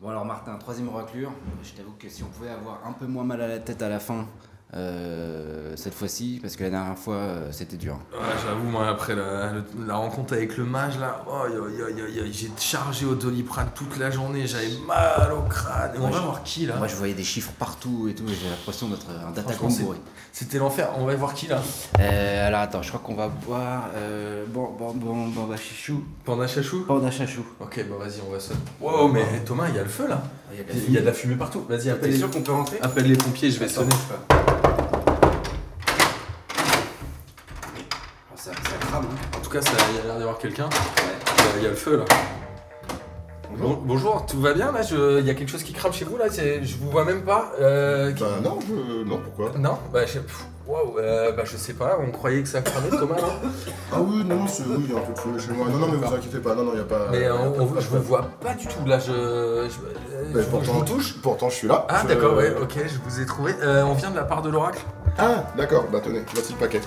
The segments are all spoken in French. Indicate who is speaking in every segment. Speaker 1: Bon alors Martin, troisième raclure. Je t'avoue que si on pouvait avoir un peu moins mal à la tête à la fin, euh, cette fois-ci, parce que la dernière fois euh, c'était dur.
Speaker 2: Ouais, j'avoue, moi, après la, le- la rencontre avec le mage, là, oh, yo, yo, yo, yo, j'ai chargé au doliprane toute la journée, j'avais mal au crâne. Et on
Speaker 1: Moi,
Speaker 2: va
Speaker 1: je-
Speaker 2: voir qui, là
Speaker 1: Moi je voyais des chiffres partout et tout, et j'ai l'impression d'être un data
Speaker 2: Franchement,
Speaker 1: bourré.
Speaker 2: C'était l'enfer, on va voir qui, là
Speaker 1: Euh, alors attends, je crois qu'on va boire. Euh, bon, bon, bon, bon, bah, chichou.
Speaker 2: Panda Chachou
Speaker 1: Panda chachou.
Speaker 2: Ok, bah vas-y, on va se... Wow, mais Thomas, il y a le feu, là
Speaker 1: Ah,
Speaker 2: Il y a de la fumée partout, vas-y, appelle
Speaker 3: T'es
Speaker 2: les...
Speaker 3: sûr qu'on peut rentrer
Speaker 2: appelle les pompiers, je vais
Speaker 3: Attends.
Speaker 2: sonner.
Speaker 1: Ah, Ça, ça crame. hein.
Speaker 2: En tout cas, ça- il y a l'air d'y avoir quelqu'un. Euh, Il y a le feu, là. Bonjour, Bonjour tout va bien, là Je- Il y a quelque chose qui crame chez vous, là c'est- Je vous vois même pas. Euh, qui-
Speaker 4: Bah non, je... non, pourquoi
Speaker 2: Non Bah, je... pff, waouh, euh, bah, je sais pas, on croyait que ça cramait, Thomas, hein. là.
Speaker 4: Ah oui, non, c'est... Oui, il y a un peu de fumée chez moi. Non, non, mais vous inquiétez pas, non, non, il n'y a pas...
Speaker 2: Mais euh,
Speaker 4: y a
Speaker 2: on-
Speaker 4: pas-
Speaker 2: on-
Speaker 4: pas-
Speaker 2: je
Speaker 4: pas-
Speaker 2: vous vois pas du tout là, je. je- euh, je,
Speaker 4: Bah,
Speaker 2: vous- je vous touche
Speaker 4: Pourtant, je suis là.
Speaker 2: Ah
Speaker 4: Je-
Speaker 2: d'accord, ouais, ok, je vous ai trouvé. Euh, on vient de la part de l'oracle.
Speaker 4: Ah, d'accord, bah tenez, voici le paquet.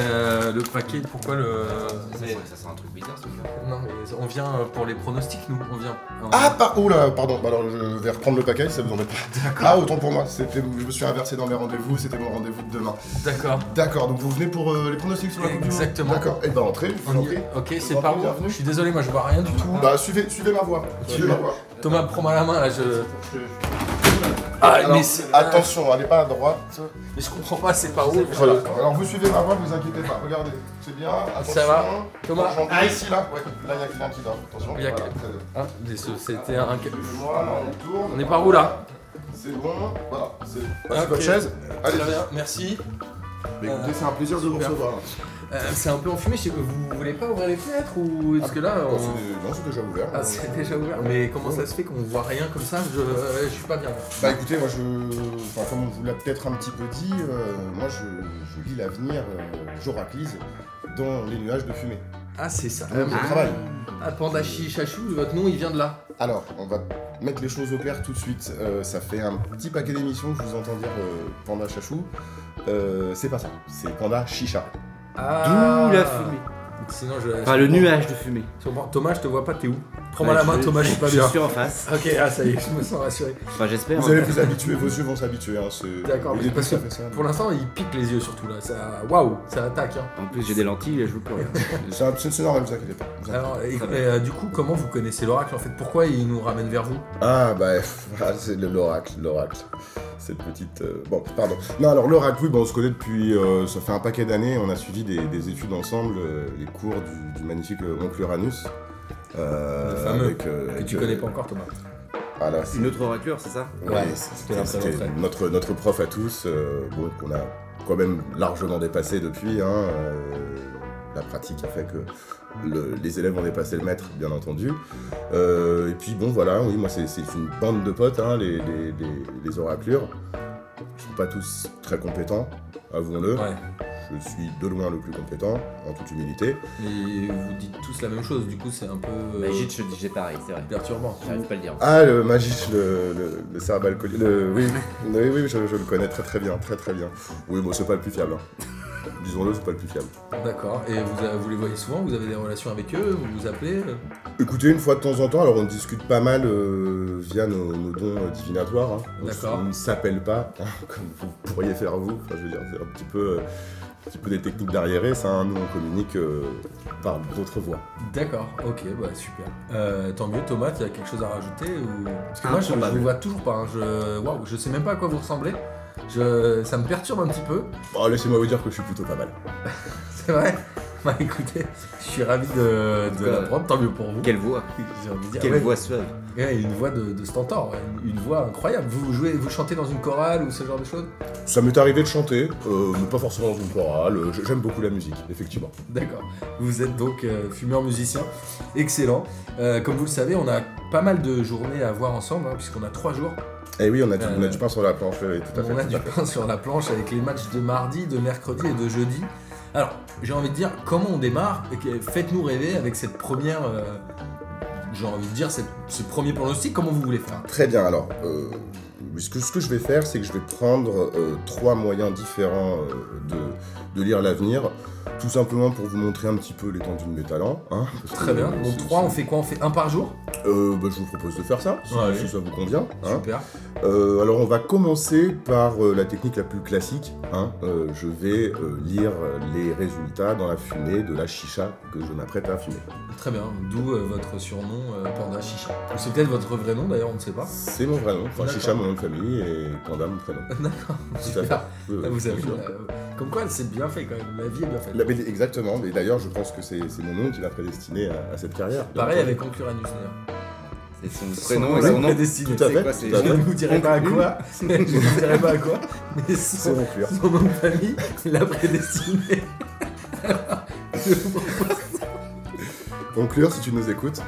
Speaker 2: Euh, le paquet, pourquoi le.
Speaker 1: Ça, sent- ça sent un truc bizarre ce truc-là.
Speaker 2: Non, mais on vient euh, pour les pronostics, nous. On vient. on-
Speaker 4: Ah, par... Oula, pardon, bah alors je vais reprendre le paquet, ça vous embête pas. D'accord. Ah, autant pour moi, c'était... je me suis inversé dans mes rendez-vous, c'était mon rendez-vous de demain.
Speaker 2: D'accord.
Speaker 4: D'accord, donc vous venez pour euh, les pronostics sur la Coupe du Monde
Speaker 2: Exactement.
Speaker 4: D'accord, et bah entrez, je vous
Speaker 2: On
Speaker 4: en
Speaker 2: y-
Speaker 4: prie.
Speaker 2: Ok, c'est par où
Speaker 4: Bienvenue.
Speaker 2: Je suis désolé, moi je vois rien du tout.
Speaker 4: Bah suivez, suivez ma voix, suivez ma voix.
Speaker 2: Thomas, prends-moi la main là, je. Ah,
Speaker 4: Alors,
Speaker 2: mais c'est.
Speaker 4: attention, allez pas à droite.
Speaker 2: Mais je comprends pas, c'est par où
Speaker 4: Voilà. Alors vous suivez ma voix, vous inquiétez pas. Regardez, c'est bien. Attention.
Speaker 2: Ça va Thomas
Speaker 4: Attention. Ah ici là. Ouais. Là il y a quelqu'un qui dort. Attention.
Speaker 2: Il y a
Speaker 4: Voilà,
Speaker 2: quelqu'un.
Speaker 4: très bien.
Speaker 2: Ah, mais ce- c'était un.
Speaker 4: Voilà, on tourne.
Speaker 2: On est par où, là
Speaker 4: C'est bon. Voilà. C'est.
Speaker 2: Ah,
Speaker 4: c'est
Speaker 2: ok.
Speaker 4: votre chaise. Allez.
Speaker 2: Très bien, merci.
Speaker 4: Mais écoutez, c'est un plaisir de vous
Speaker 2: Super.
Speaker 4: recevoir.
Speaker 2: Euh, c'est un peu enfumé, je sais- vous voulez pas ouvrir les fenêtres ou est-ce que là
Speaker 4: Non,
Speaker 2: on...
Speaker 4: c'est- non, c'est déjà ouvert.
Speaker 2: Ah, c'est déjà ouvert. Ah, Mais comment ça se fait qu'on voit rien comme ça je... euh, je suis pas bien.
Speaker 4: Bah écoutez, moi je. Enfin, comme on vous l'a peut-être un petit peu dit, euh, moi je, je lis l'avenir, euh, j'oraclise dans les nuages de fumée.
Speaker 2: Ah, c'est ça.
Speaker 5: Euh,
Speaker 4: Donc, je travaille.
Speaker 2: Ah, Pandachi Chachou, votre nom il vient de là.
Speaker 4: Alors, on va mettre les choses au clair tout de suite. Euh, ça fait un petit paquet d'émissions que je vous entends dire euh, Panda Chachou. Euh, c'est pas ça, c'est Panda Chicha.
Speaker 2: Ah.
Speaker 5: D'où la fumée.
Speaker 2: Sinon, je.
Speaker 5: Enfin, le nuage de fumée.
Speaker 2: Sûrement- Thomas, je te vois pas, t'es où Prends-moi
Speaker 5: Ouais,
Speaker 2: la main,
Speaker 5: je-
Speaker 2: Thomas, je suis pas bien.
Speaker 5: Je suis en face.
Speaker 2: Ok, ah, ça y est, je me sens rassuré.
Speaker 5: Enfin, j'espère.
Speaker 4: Vous allez vous habituer, vos yeux vont s'habituer. Hein, c'est-
Speaker 2: D'accord,
Speaker 4: Au
Speaker 2: mais
Speaker 4: début,
Speaker 2: parce
Speaker 4: ça
Speaker 2: que
Speaker 4: fait ça.
Speaker 2: Pour l'instant, il pique les yeux surtout là. Ça... Waouh, ça attaque. hein.
Speaker 5: En plus, j'ai des lentilles, je veux plus rien.
Speaker 4: C'est un- C'est c'est normal, vous inquiétez pas. vous inquiétez
Speaker 2: Alors, et- et, euh, du coup, comment vous connaissez l'oracle en fait Pourquoi il nous ramène vers vous
Speaker 4: Ah bah ah, c'est le- l'oracle, l'oracle. Cette petite... euh, Bon, pardon. Non, alors l'oracle, oui, bon, on se connaît depuis... euh, ça fait un paquet d'années, on a suivi des, des études ensemble, euh, les cours du, du magnifique euh, oncle Uranus. euh,
Speaker 2: Le fameux,
Speaker 4: euh,
Speaker 2: Que tu
Speaker 4: euh,
Speaker 2: connais pas encore, Thomas.
Speaker 4: Voilà, c'est-
Speaker 5: Une autre oraclure, c'est ça
Speaker 4: ouais,
Speaker 2: Ouais,
Speaker 4: c'était
Speaker 2: c'était
Speaker 4: c'était notre, notre prof à tous, euh, bon, qu'on a quand même largement dépassé depuis. hein, euh, la pratique a fait que le- les élèves ont dépassé le maître, bien entendu. Euh, et puis bon, voilà, oui, moi c'est c'est une bande de potes, hein, les, les, les, les oraclures. Ils sont pas tous très compétents, avouons-le.
Speaker 2: Ouais.
Speaker 4: Je suis de loin le plus compétent, en toute humilité.
Speaker 2: Et vous dites tous la même chose, du coup c'est un peu euh,
Speaker 5: Magic, je dis, Bah, j'ai pareil, c'est vrai.
Speaker 2: perturbant.
Speaker 5: J'arrive pas à le dire.
Speaker 4: Ah, le magicien, le, le, le cérébral colli- le- oui, oui, oui, je, je le connais très très bien, très très bien. Oui, bon, c'est pas le plus fiable. hein. Disons-le, c'est pas le plus fiable.
Speaker 2: D'accord. Et vous, euh, vous les voyez souvent, vous avez des relations avec eux, vous vous appelez euh
Speaker 4: Écoutez, une fois de temps en temps, alors on discute pas mal euh, via nos, nos dons euh, divinatoires. hein. On s-
Speaker 2: D'accord.
Speaker 4: On ne s'appelle pas, hein, comme vous pourriez faire vous. Enfin, je veux dire, c'est un petit peu, euh, un petit peu des techniques d'arriéré, ça. hein. Nous, on communique euh, par d'autres voies.
Speaker 2: D'accord, ok, bah super. Euh, tant mieux, Thomas, tu as quelque chose à rajouter ou... Parce que moi je, je
Speaker 5: Improbable.
Speaker 2: vous vois toujours pas, hein, je... waouh, je sais même pas à quoi vous ressemblez. Je... Ça me perturbe un petit peu,
Speaker 4: Bon, Oh, laissez-moi vous dire que je suis plutôt pas mal.
Speaker 2: c'est vrai. Bah écoutez, je suis ravi de, de l'apprendre, tant mieux pour vous.
Speaker 5: Quelle voix
Speaker 4: Ah
Speaker 2: J'ai envie de dire,
Speaker 5: Quelle
Speaker 2: ouais,
Speaker 5: voix suave
Speaker 2: ouais, une voix de, de stentor, ouais, une- une voix incroyable. Vous jouez, vous chantez dans une chorale ou ce genre de choses
Speaker 4: Ça m'est arrivé de chanter, euh, mais pas forcément dans une chorale. Euh, j- J'aime beaucoup la musique, effectivement.
Speaker 2: D'accord. Vous êtes donc euh, fumeur musicien. Excellent. Euh, comme vous le savez, on a pas mal de journées à voir ensemble, hein, puisqu'on a trois jours.
Speaker 4: Et Eh oui, on a du,
Speaker 2: Euh,
Speaker 4: on a du pain sur la planche, oui, tout à fait.
Speaker 2: on a
Speaker 4: tout
Speaker 2: du
Speaker 4: à fait.
Speaker 2: pain sur la planche avec les matchs de mardi, de mercredi et de jeudi. Alors, j'ai envie de dire, comment on démarre Et que- Faites-nous rêver avec cette première. euh, j'ai envie de dire, cette ce premier pronostic, comment vous voulez faire
Speaker 4: Très bien, alors, euh, ce, que, ce que je vais faire, c'est que je vais prendre euh, trois moyens différents euh, de, de lire l'avenir, tout simplement pour vous montrer un petit peu l'étendue de mes talents. hein, parce que,
Speaker 2: Très bien.
Speaker 4: euh,
Speaker 2: Donc
Speaker 4: c'est-
Speaker 2: 3, on
Speaker 4: c'est-
Speaker 2: fait quoi On fait un par jour
Speaker 4: Euh, bah, Je vous propose de faire ça, si,
Speaker 2: Ouais,
Speaker 4: si
Speaker 2: allez.
Speaker 4: ça vous convient. hein.
Speaker 2: Super.
Speaker 4: Euh, alors, on va commencer par euh, la technique la plus classique. hein. Euh, je vais euh, lire les résultats dans la fumée de la chicha que je m'apprête à fumer.
Speaker 2: Très bien. D'où euh, votre surnom euh, Panda Chicha. Ou C'est peut-être votre vrai nom d'ailleurs, on ne sait pas.
Speaker 4: C'est mon vrai nom, enfin,
Speaker 2: D'accord.
Speaker 4: chicha, mon nom de famille, et panda, mon prénom.
Speaker 2: D'accord.
Speaker 4: Tout à fait.
Speaker 2: Super.
Speaker 4: Oui, oui,
Speaker 2: Ah, Vous
Speaker 4: bien
Speaker 2: avez.
Speaker 4: sûr.
Speaker 2: euh, Comme quoi, c'est bien fait quand même. La vie est bien faite.
Speaker 4: La BD, exactement, mais d'ailleurs je pense que c'est c'est mon nom qui l'a prédestiné à, à cette carrière.
Speaker 2: Pareil avec Oncluranus d'ailleurs.
Speaker 5: C'est son
Speaker 4: nom
Speaker 5: prénom et
Speaker 4: est
Speaker 5: son nom.
Speaker 2: prédestiné.
Speaker 4: Tout à
Speaker 5: C'est
Speaker 4: fait,
Speaker 5: quoi, c'est-
Speaker 4: tout à
Speaker 2: Je
Speaker 4: fait.
Speaker 2: ne vous dirai pas à quoi. Je ne vous dirai pas à quoi. Mais
Speaker 4: C'est
Speaker 2: son,
Speaker 4: mon cuir.
Speaker 2: son nom de famille l'a prédestiné.
Speaker 4: Conclure si tu nous écoutes.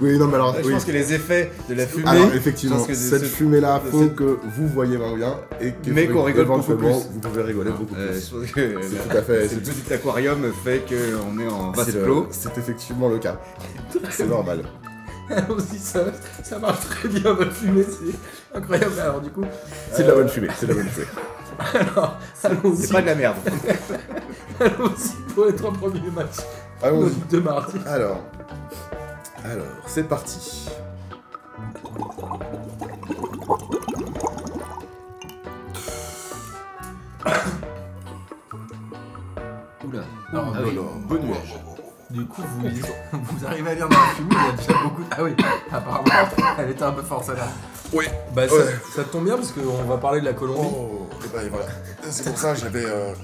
Speaker 4: oui, non, mais alors,
Speaker 5: Je
Speaker 4: oui. Ah,
Speaker 5: pense que les effets de la fumée. euh,
Speaker 4: Alors, effectivement,
Speaker 5: je pense que c'est-
Speaker 4: cette
Speaker 5: c'est-
Speaker 4: fumée-là
Speaker 5: c'est-
Speaker 4: font que vous voyez moins bien et que
Speaker 5: Mais
Speaker 4: vous-
Speaker 5: qu'on rigole beaucoup
Speaker 4: éventuellement,
Speaker 5: plus.
Speaker 4: Vous pouvez rigoler beaucoup
Speaker 5: Euh,
Speaker 4: plus.
Speaker 5: je pense que
Speaker 4: C'est
Speaker 5: la-
Speaker 4: tout à fait.
Speaker 5: c'est le
Speaker 4: c'est-
Speaker 5: petit aquarium fait qu'on est en
Speaker 4: Ah bah, c'est
Speaker 5: vase
Speaker 4: le-
Speaker 5: clos.
Speaker 4: C'est effectivement le cas. C'est normal.
Speaker 2: Aussi, ça, ça marche très bien, votre fumée, c'est incroyable. Alors, du coup,
Speaker 4: C'est de la bonne fumée. C'est de la bonne fumée.
Speaker 2: alors, allons-y.
Speaker 5: C'est pas de la merde.
Speaker 4: Ah,
Speaker 2: Allons-y pour les trois premiers matchs
Speaker 4: Allons-y.
Speaker 2: de mardi.
Speaker 4: Ah, Alors, alors, c'est parti.
Speaker 1: Oula.
Speaker 2: Alors,
Speaker 1: Ah oui.
Speaker 4: Bon nuage.
Speaker 2: Du coup, vous, vous arrivez à lire dans la fumée, il y a déjà beaucoup. de- Ah oui, apparemment, elle était un peu forte là.
Speaker 3: Oui.
Speaker 2: Bah, ça,
Speaker 3: Ouais.
Speaker 2: ça tombe bien parce qu'on va parler de la Colombie.
Speaker 3: Oh, et ben voilà. C'est pour ça que j'avais, euh,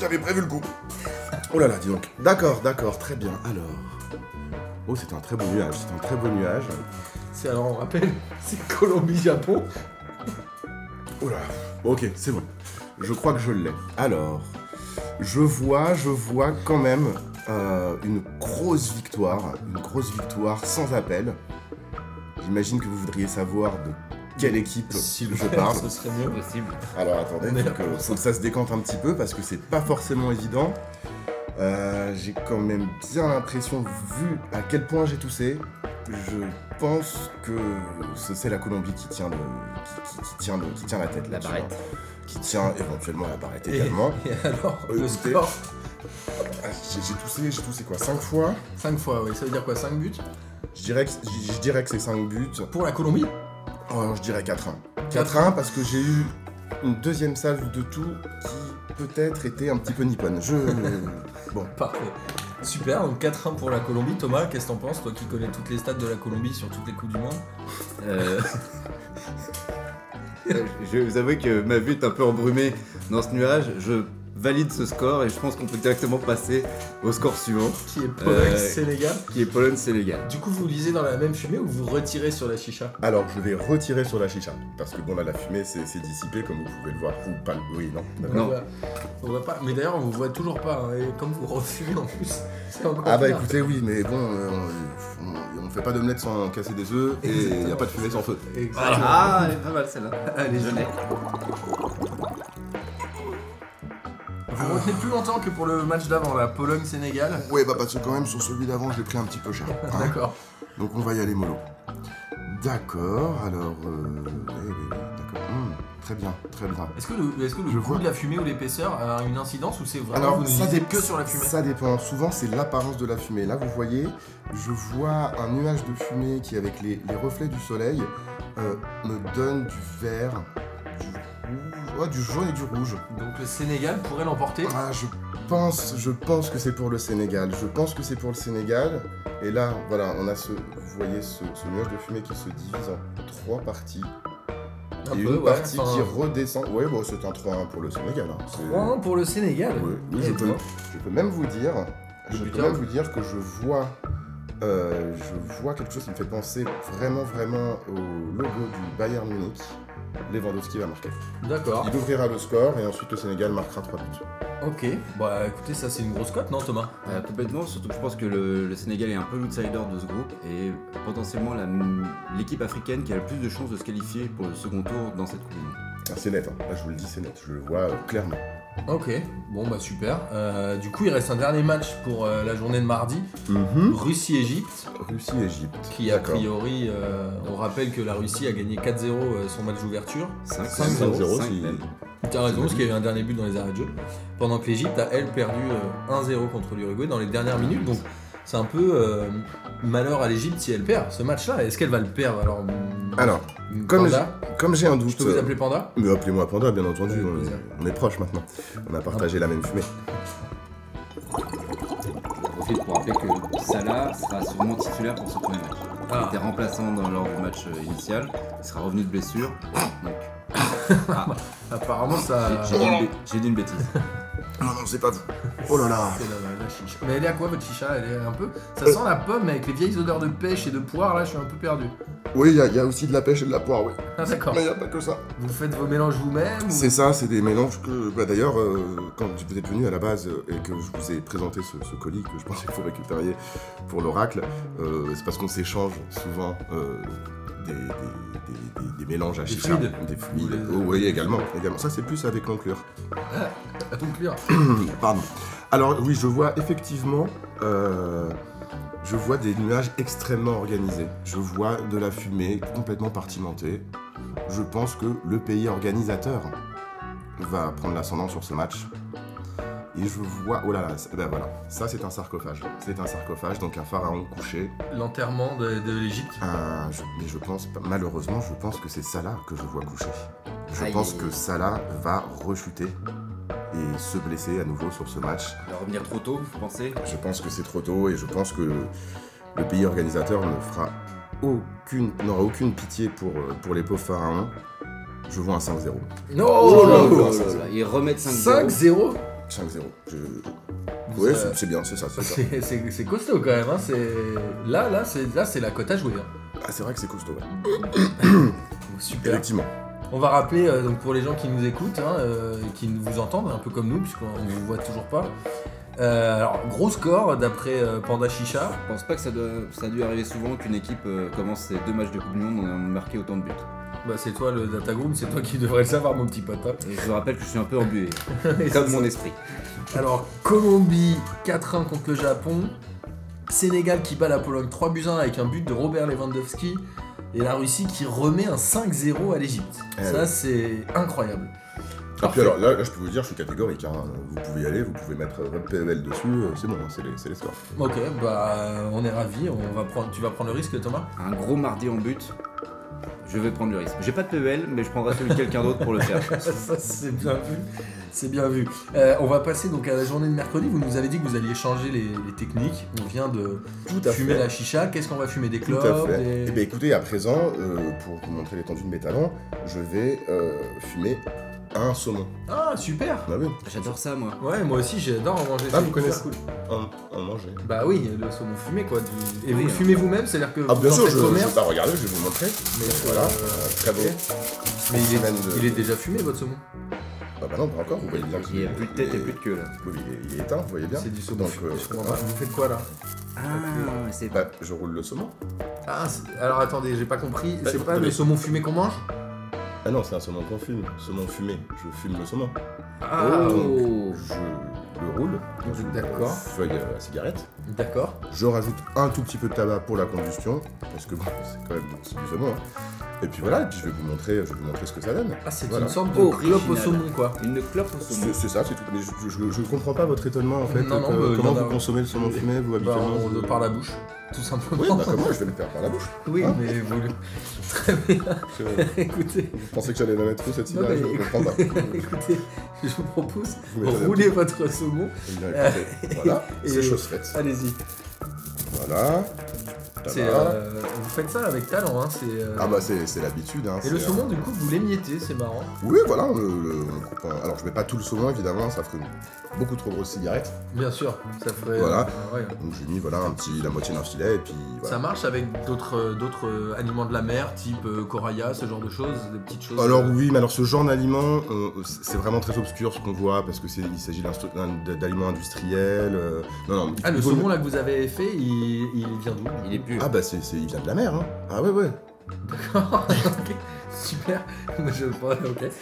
Speaker 3: j'avais prévu le coup.
Speaker 4: Oh là là, dis donc. D'accord, d'accord, très bien. Alors. Oh, c'est un très beau nuage, c'est un très beau nuage.
Speaker 2: C'est alors, on rappelle, c'est Colombie-Japon.
Speaker 4: Oh là. Ok, c'est bon. Je crois que je l'ai. Alors, je vois, je vois quand même euh, une grosse victoire, une grosse victoire sans appel. J'imagine que vous voudriez savoir de quelle équipe je parle.
Speaker 2: Ce serait mieux.
Speaker 5: Possible.
Speaker 4: Alors attendez,
Speaker 2: On est
Speaker 4: faut
Speaker 2: là
Speaker 4: que,
Speaker 2: pour ça.
Speaker 4: faut que ça se décante un petit peu parce que c'est pas forcément évident. Euh, j'ai quand même bien l'impression, vu à quel point j'ai toussé, je pense que ce- c'est la Colombie qui tient, le, qui, qui- qui tient le- qui tient la tête
Speaker 5: La
Speaker 4: là-dessus,
Speaker 5: barrette.
Speaker 4: hein. Qui tient éventuellement la barrette
Speaker 2: Et-
Speaker 4: également.
Speaker 2: Et alors,
Speaker 4: Euh,
Speaker 2: le
Speaker 4: écoutez.
Speaker 2: score
Speaker 4: Ah, j'ai, j'ai toussé, j'ai toussé quoi 5 fois
Speaker 2: 5 fois, oui. Ça veut dire quoi 5 buts
Speaker 4: je dirais, que, je, je dirais que c'est 5 buts.
Speaker 2: Pour la Colombie
Speaker 4: Oh, non, je dirais 4-1. 4-1 parce que j'ai eu une deuxième salve de tout qui peut-être était un petit peu nippone. Je. bon.
Speaker 2: Parfait. Super, donc 4-1 pour la Colombie. Thomas, qu'est-ce que t'en penses, toi qui connais toutes les stats de la Colombie sur toutes les Coupes du Monde
Speaker 5: Euh, je vais vous avouer que ma vue est un peu embrumée dans ce nuage. Je valide ce score et je pense qu'on peut directement passer au score suivant,
Speaker 2: Qui est
Speaker 5: Euh,
Speaker 2: Sénégal.
Speaker 5: qui est Pologne-Sénégal.
Speaker 2: Du coup, vous lisez dans la même fumée ou vous retirez sur la chicha
Speaker 4: Alors, je vais retirer sur la chicha. Parce que bon, là, la fumée s'est s'est dissipée, comme vous pouvez le voir. Ou pas. Oui, non. d'accord.
Speaker 5: Non.
Speaker 2: On voit- On voit pas. Mais d'ailleurs, on vous voit toujours pas. hein, Et comme vous refumez en plus, c'est encore
Speaker 4: Ah bah
Speaker 2: pire.
Speaker 4: écoutez, oui, mais bon, euh, on, on- on fait pas d'omelette sans casser des œufs et il n'y a pas de fumée sans feu.
Speaker 1: Ah
Speaker 2: Exactement.
Speaker 5: Ah, elle est pas mal celle-là. Allez, je l'ai.
Speaker 2: Vous retenez plus longtemps que pour le match d'avant, la Pologne-Sénégal.
Speaker 4: Ouais, bah parce que quand même, sur celui d'avant, je l'ai pris un petit peu cher. hein.
Speaker 2: D'accord.
Speaker 4: Donc, on va y aller mollo. D'accord, alors. euh, oui, oui, oui, d'accord. Hum, très bien, très bien.
Speaker 2: Est-ce que le, est-ce que le
Speaker 4: Je
Speaker 2: goût
Speaker 4: vois.
Speaker 2: de la fumée ou l'épaisseur a une incidence ou c'est vraiment
Speaker 4: Alors,
Speaker 2: vous ne
Speaker 4: ça
Speaker 2: lisez
Speaker 4: dé-
Speaker 2: que sur la fumée
Speaker 4: Ça dépend. Souvent, c'est l'apparence de la fumée. Là, vous voyez, je vois un nuage de fumée qui, avec les, les reflets du soleil, euh, me donne du vert, du rouge, ouais, du jaune et du rouge.
Speaker 2: Donc le Sénégal pourrait l'emporter.
Speaker 4: Ah, je pense, je pense que c'est pour le Sénégal. Je pense que c'est pour le Sénégal. Et là, voilà, on a ce, vous voyez ce, ce nuage de fumée qui se divise en trois parties.
Speaker 2: Un
Speaker 4: et
Speaker 2: peu,
Speaker 4: une
Speaker 2: ouais,
Speaker 4: partie
Speaker 2: enfin,
Speaker 4: qui redescend. Ouais, bon, c'est un 3-1 pour le Sénégal. hein. C'est-
Speaker 2: 3-1 pour le Sénégal.
Speaker 4: oui, oui,
Speaker 2: Et
Speaker 4: je, peux,
Speaker 2: toi
Speaker 4: je peux même vous dire,
Speaker 2: Le
Speaker 4: je peux
Speaker 2: buteur.
Speaker 4: même vous dire que je vois, euh, je vois quelque chose qui me fait penser vraiment, vraiment au logo du Bayern Munich. Lewandowski va marquer.
Speaker 2: D'accord.
Speaker 3: Ah.
Speaker 4: Il ouvrira le score et ensuite le Sénégal marquera 3 buts.
Speaker 2: Ok. Bah écoutez, ça c'est une grosse cote, non Thomas
Speaker 1: Euh, complètement, surtout que je pense que le, le Sénégal est un peu l'outsider de ce groupe et potentiellement la- l'équipe africaine qui a le plus de chances de se qualifier pour le second tour dans cette Coupe du Monde.
Speaker 4: Ah, c'est net, hein. Là, je vous le dis, c'est net. Je le vois euh, clairement.
Speaker 2: Ok, bon bah super. Euh, du coup, il reste un dernier match pour euh, la journée de mardi.
Speaker 4: Mhm.
Speaker 2: Russie-Égypte,
Speaker 4: Russie-Égypte.
Speaker 2: qui a
Speaker 4: D'accord.
Speaker 2: priori, euh, on rappelle que la Russie a gagné 4-0 euh, son match d'ouverture.
Speaker 1: 5
Speaker 4: 5-0, si-
Speaker 2: T'as raison, parce qu'il y a eu un dernier but dans les arrêts de jeu. Pendant que l'Égypte a, elle, perdu euh, 1-0 contre l'Uruguay dans les dernières minutes. Donc, c'est un peu euh, malheur à l'Égypte si elle perd ce match-là. Est-ce qu'elle va le perdre Alors, mm,
Speaker 4: Alors, comme
Speaker 2: Panda,
Speaker 4: comme j'ai un
Speaker 2: je
Speaker 4: doute. euh,
Speaker 2: peux vous appeler Panda
Speaker 4: Mais appelez-moi Panda, bien entendu.
Speaker 2: Avec
Speaker 4: on, est,
Speaker 2: plaisir.
Speaker 4: on est proches maintenant. On a partagé la même fumée.
Speaker 1: Je profite pour rappeler que Salah sera sûrement titulaire pour ce premier match.
Speaker 4: euh,
Speaker 1: Il
Speaker 2: Ah,
Speaker 1: était remplaçant dans- lors du match euh, initial, il sera revenu de blessure. Donc,
Speaker 2: Ah, apparemment,
Speaker 1: j'ai-
Speaker 4: Euh,
Speaker 2: ça.
Speaker 1: j'ai dit une bé- j'ai dit une bêtise.
Speaker 3: Non, non, c'est pas vous. Oh là là.
Speaker 2: C'est la, la chicha. Mais elle est à quoi votre chicha Elle est un peu. Ça sent la pomme mais avec les vieilles odeurs de pêche et de poire. Là, je suis un peu perdu.
Speaker 3: Oui, il y, a- y a aussi de la pêche et de la poire, oui.
Speaker 2: Ah, d'accord.
Speaker 3: Mais il a pas que ça.
Speaker 2: Vous faites vos mélanges vous-même ou-
Speaker 4: C'est ça, c'est des mélanges que. Bah D'ailleurs, euh, quand vous êtes venu à la base euh, et que je vous ai présenté ce, ce colis que je pensais que vous récupériez pour l'oracle, euh, c'est parce qu'on s'échange souvent euh, des, des- des- des- des mélanges à
Speaker 2: Des
Speaker 4: chicha.
Speaker 2: fluides.
Speaker 4: Des fluides. Oh, oui, également, également. Ça, c'est plus avec l'enclure.
Speaker 2: À ton client.
Speaker 4: Pardon. Alors, oui, je vois effectivement. euh, je vois des nuages extrêmement organisés. Je vois de la fumée complètement partimentée. Je pense que le pays organisateur va prendre l'ascendant sur ce match. Et je vois. Oh là là, c'est- ben voilà. Ça, c'est un sarcophage. C'est un sarcophage, donc un pharaon couché.
Speaker 2: L'enterrement de, de l'Égypte.
Speaker 4: Un- je- mais je pense, malheureusement, je pense que c'est Salah que je vois couché. Je
Speaker 1: Aïe.
Speaker 4: pense que Salah va rechuter et se blesser à nouveau sur ce match.
Speaker 1: Il va revenir trop tôt, vous pensez
Speaker 4: Je pense que c'est trop tôt et je pense que le pays organisateur ne fera aucune, n'aura aucune pitié pour, euh, pour les pauvres pharaons. Je vois un 5-0.
Speaker 2: Non
Speaker 4: Oh là là.
Speaker 1: Ils remettent 5-0.
Speaker 2: 5-0
Speaker 4: 5-0. Je... Ouais, c'est- c'est bien, c'est ça, c'est ça.
Speaker 2: C'est- C'est c'est costaud quand même, hein. c'est- là, là, c'est là, c'est la cote à jouer. hein.
Speaker 4: Ah, c'est vrai que c'est costaud. ouais.
Speaker 2: Donc, Super.
Speaker 4: Effectivement.
Speaker 2: On va rappeler euh, donc pour les gens qui nous écoutent, hein, euh, qui nous- vous entendent, un peu comme nous, puisqu'on ne vous voit toujours pas. Euh, alors, gros score d'après euh, Panda Chicha.
Speaker 1: Je pense pas que ça, doit- ça a dû arriver souvent qu'une équipe euh, commence ses deux matchs de Coupe du Monde en ayant marqué autant de buts.
Speaker 2: Bah, c'est toi le data groom, c'est toi qui devrais le savoir, mon petit hein. papa.
Speaker 1: Et je vous rappelle que je suis un peu embué,
Speaker 2: Et
Speaker 1: comme
Speaker 2: c'est
Speaker 1: mon
Speaker 2: ça.
Speaker 1: esprit.
Speaker 2: Alors, Colombie 4-1 contre le Japon. Sénégal qui bat la Pologne 3 buts 1 avec un but de Robert Lewandowski. Et la Russie qui remet un 5-0 à l'Égypte.
Speaker 4: Eh
Speaker 2: Ça,
Speaker 4: oui.
Speaker 2: c'est incroyable.
Speaker 4: Ah, puis alors là, là, je peux vous dire, je suis catégorique. hein. Vous pouvez y aller, vous pouvez mettre euh, votre PEL dessus, euh, c'est bon, hein, c'est les, c'est les scores.
Speaker 2: Ok, bah on est ravis. On va prendre, tu vas prendre le risque, Thomas
Speaker 1: Un gros mardi en but, je vais prendre le risque. J'ai pas de PEL, mais je prendrai celui de quelqu'un d'autre pour le faire.
Speaker 2: Ça, c'est bien vu. C'est bien vu. Euh, on va passer donc à la journée de mercredi. Vous nous avez dit que vous alliez changer les, les techniques. On vient de
Speaker 4: Tout à
Speaker 2: fumer
Speaker 4: fait.
Speaker 2: la chicha. Qu'est-ce qu'on va fumer Des
Speaker 4: Tout
Speaker 2: clopes
Speaker 4: à fait.
Speaker 2: des-
Speaker 4: Eh bien écoutez, à présent, euh, pour vous montrer l'étendue de mes talents, je vais euh, fumer un saumon.
Speaker 2: Ah, super
Speaker 4: Ah oui,
Speaker 1: J'adore ça, moi.
Speaker 2: Ouais, moi aussi, j'adore en manger.
Speaker 4: Ah,
Speaker 2: c'est
Speaker 4: vous
Speaker 2: hyper
Speaker 4: connaissez
Speaker 2: cool.
Speaker 4: en, en manger.
Speaker 2: Bah oui, le saumon fumé quoi. du- Et
Speaker 1: Oui,
Speaker 2: vous le
Speaker 1: hein.
Speaker 2: fumez vous-même, c'est-à-dire que
Speaker 4: Ah
Speaker 2: vous
Speaker 4: bien
Speaker 2: en
Speaker 4: sûr,
Speaker 2: faites
Speaker 4: je,
Speaker 2: commerce,
Speaker 4: je- bah, regardez, je vais vous montrer.
Speaker 2: mais,
Speaker 4: Voilà,
Speaker 2: euh,
Speaker 4: très beau.
Speaker 2: ok. mais il,
Speaker 4: Semaine euh,
Speaker 2: est, il
Speaker 4: de-
Speaker 2: est déjà fumé votre saumon.
Speaker 4: Ah bah non, pas encore, vous voyez bien
Speaker 1: Il y a plus de tête et plus de queue, là.
Speaker 4: Oui, il est, il est éteint, vous voyez bien.
Speaker 2: C'est du saumon.
Speaker 4: Donc,
Speaker 2: fumé,
Speaker 4: euh,
Speaker 2: je comprends pas. Vous faites quoi là
Speaker 1: Ah, c'est
Speaker 4: bah, je roule le saumon.
Speaker 2: Ah, c'est- alors attendez, j'ai pas compris.
Speaker 4: Bah,
Speaker 2: C'est pas
Speaker 4: attendez.
Speaker 2: le saumon fumé qu'on mange
Speaker 4: Ah non, c'est un saumon qu'on fume. Saumon fumé, je fume le saumon.
Speaker 2: Ah,
Speaker 1: Oh.
Speaker 4: Je le roule dans une
Speaker 2: D'accord.
Speaker 4: feuille à cigarette.
Speaker 2: d'accord.
Speaker 4: Je rajoute un tout petit peu de tabac pour la combustion, parce que bon, c'est quand même c'est du saumon. hein. Et puis voilà, et puis je vais vous montrer, je vais vous montrer ce que ça donne.
Speaker 2: Ah, c'est
Speaker 4: Voilà. Oh,
Speaker 2: une sorte de
Speaker 1: Original.
Speaker 2: clope au saumon quoi.
Speaker 1: Une clope au saumon.
Speaker 4: C'est c'est ça, c'est tout. Mais je, je- je comprends pas votre étonnement en fait.
Speaker 2: Non, non,
Speaker 4: que-
Speaker 2: bah,
Speaker 4: comment
Speaker 2: y en a-
Speaker 4: vous consommez le saumon fumé, vous
Speaker 2: Bah,
Speaker 4: habituellement
Speaker 2: on- par la bouche, tout simplement.
Speaker 4: Oui, bah comment je vais le faire par la bouche.
Speaker 2: Oui,
Speaker 4: Hein
Speaker 2: mais vous le- Très bien,
Speaker 4: Je, je
Speaker 2: écoutez.
Speaker 4: pensais que j'allais la mettre où cette
Speaker 2: Non,
Speaker 4: cigarette,
Speaker 2: mais
Speaker 4: je comprends pas.
Speaker 2: écoutez, je vous propose,
Speaker 4: Vous mettez la-
Speaker 2: roulez votre saumon.
Speaker 4: Eh bien, écoutez, Voilà,
Speaker 2: et- euh,
Speaker 4: c'est chose faite.
Speaker 2: Allez-y.
Speaker 4: Voilà.
Speaker 2: C'est,
Speaker 4: Voilà.
Speaker 2: euh, vous faites ça avec talent, hein. C'est, euh,
Speaker 4: bah. Ah bah c'est c'est l'habitude. Hein,
Speaker 2: Et le
Speaker 4: c'est- euh,
Speaker 2: saumon, du coup, vous l'émiettez, c'est marrant.
Speaker 4: Oui, voilà, on le, le- on le coupe en- Alors je mets pas tout le saumon évidemment, ça ferait une- beaucoup trop grosse cigarette.
Speaker 2: Bien sûr, ça ferait. euh,
Speaker 4: Voilà.
Speaker 2: ouais.
Speaker 4: Donc j'ai mis voilà un petit, la moitié d'un filet et puis
Speaker 2: Ça
Speaker 4: voilà.
Speaker 2: marche avec d'autres euh, d'autres euh, aliments de la mer, type euh, corail, ce genre de choses, des petites choses.
Speaker 4: Alors
Speaker 2: euh,
Speaker 4: oui, mais alors ce genre d'aliment, on- c'est vraiment très obscur ce qu'on voit parce que c'est, il s'agit d'instru- d'un- d'aliments industriels. euh, Non non. il-
Speaker 2: Ah, le
Speaker 4: il vaut mieux-
Speaker 2: saumon là que vous avez fait, il, il vient d'où
Speaker 1: Il est pur.
Speaker 4: Ah bah c'est, c'est- il vient de la mer. Hein. Ah ouais ouais.
Speaker 2: Ok. Super, je ok.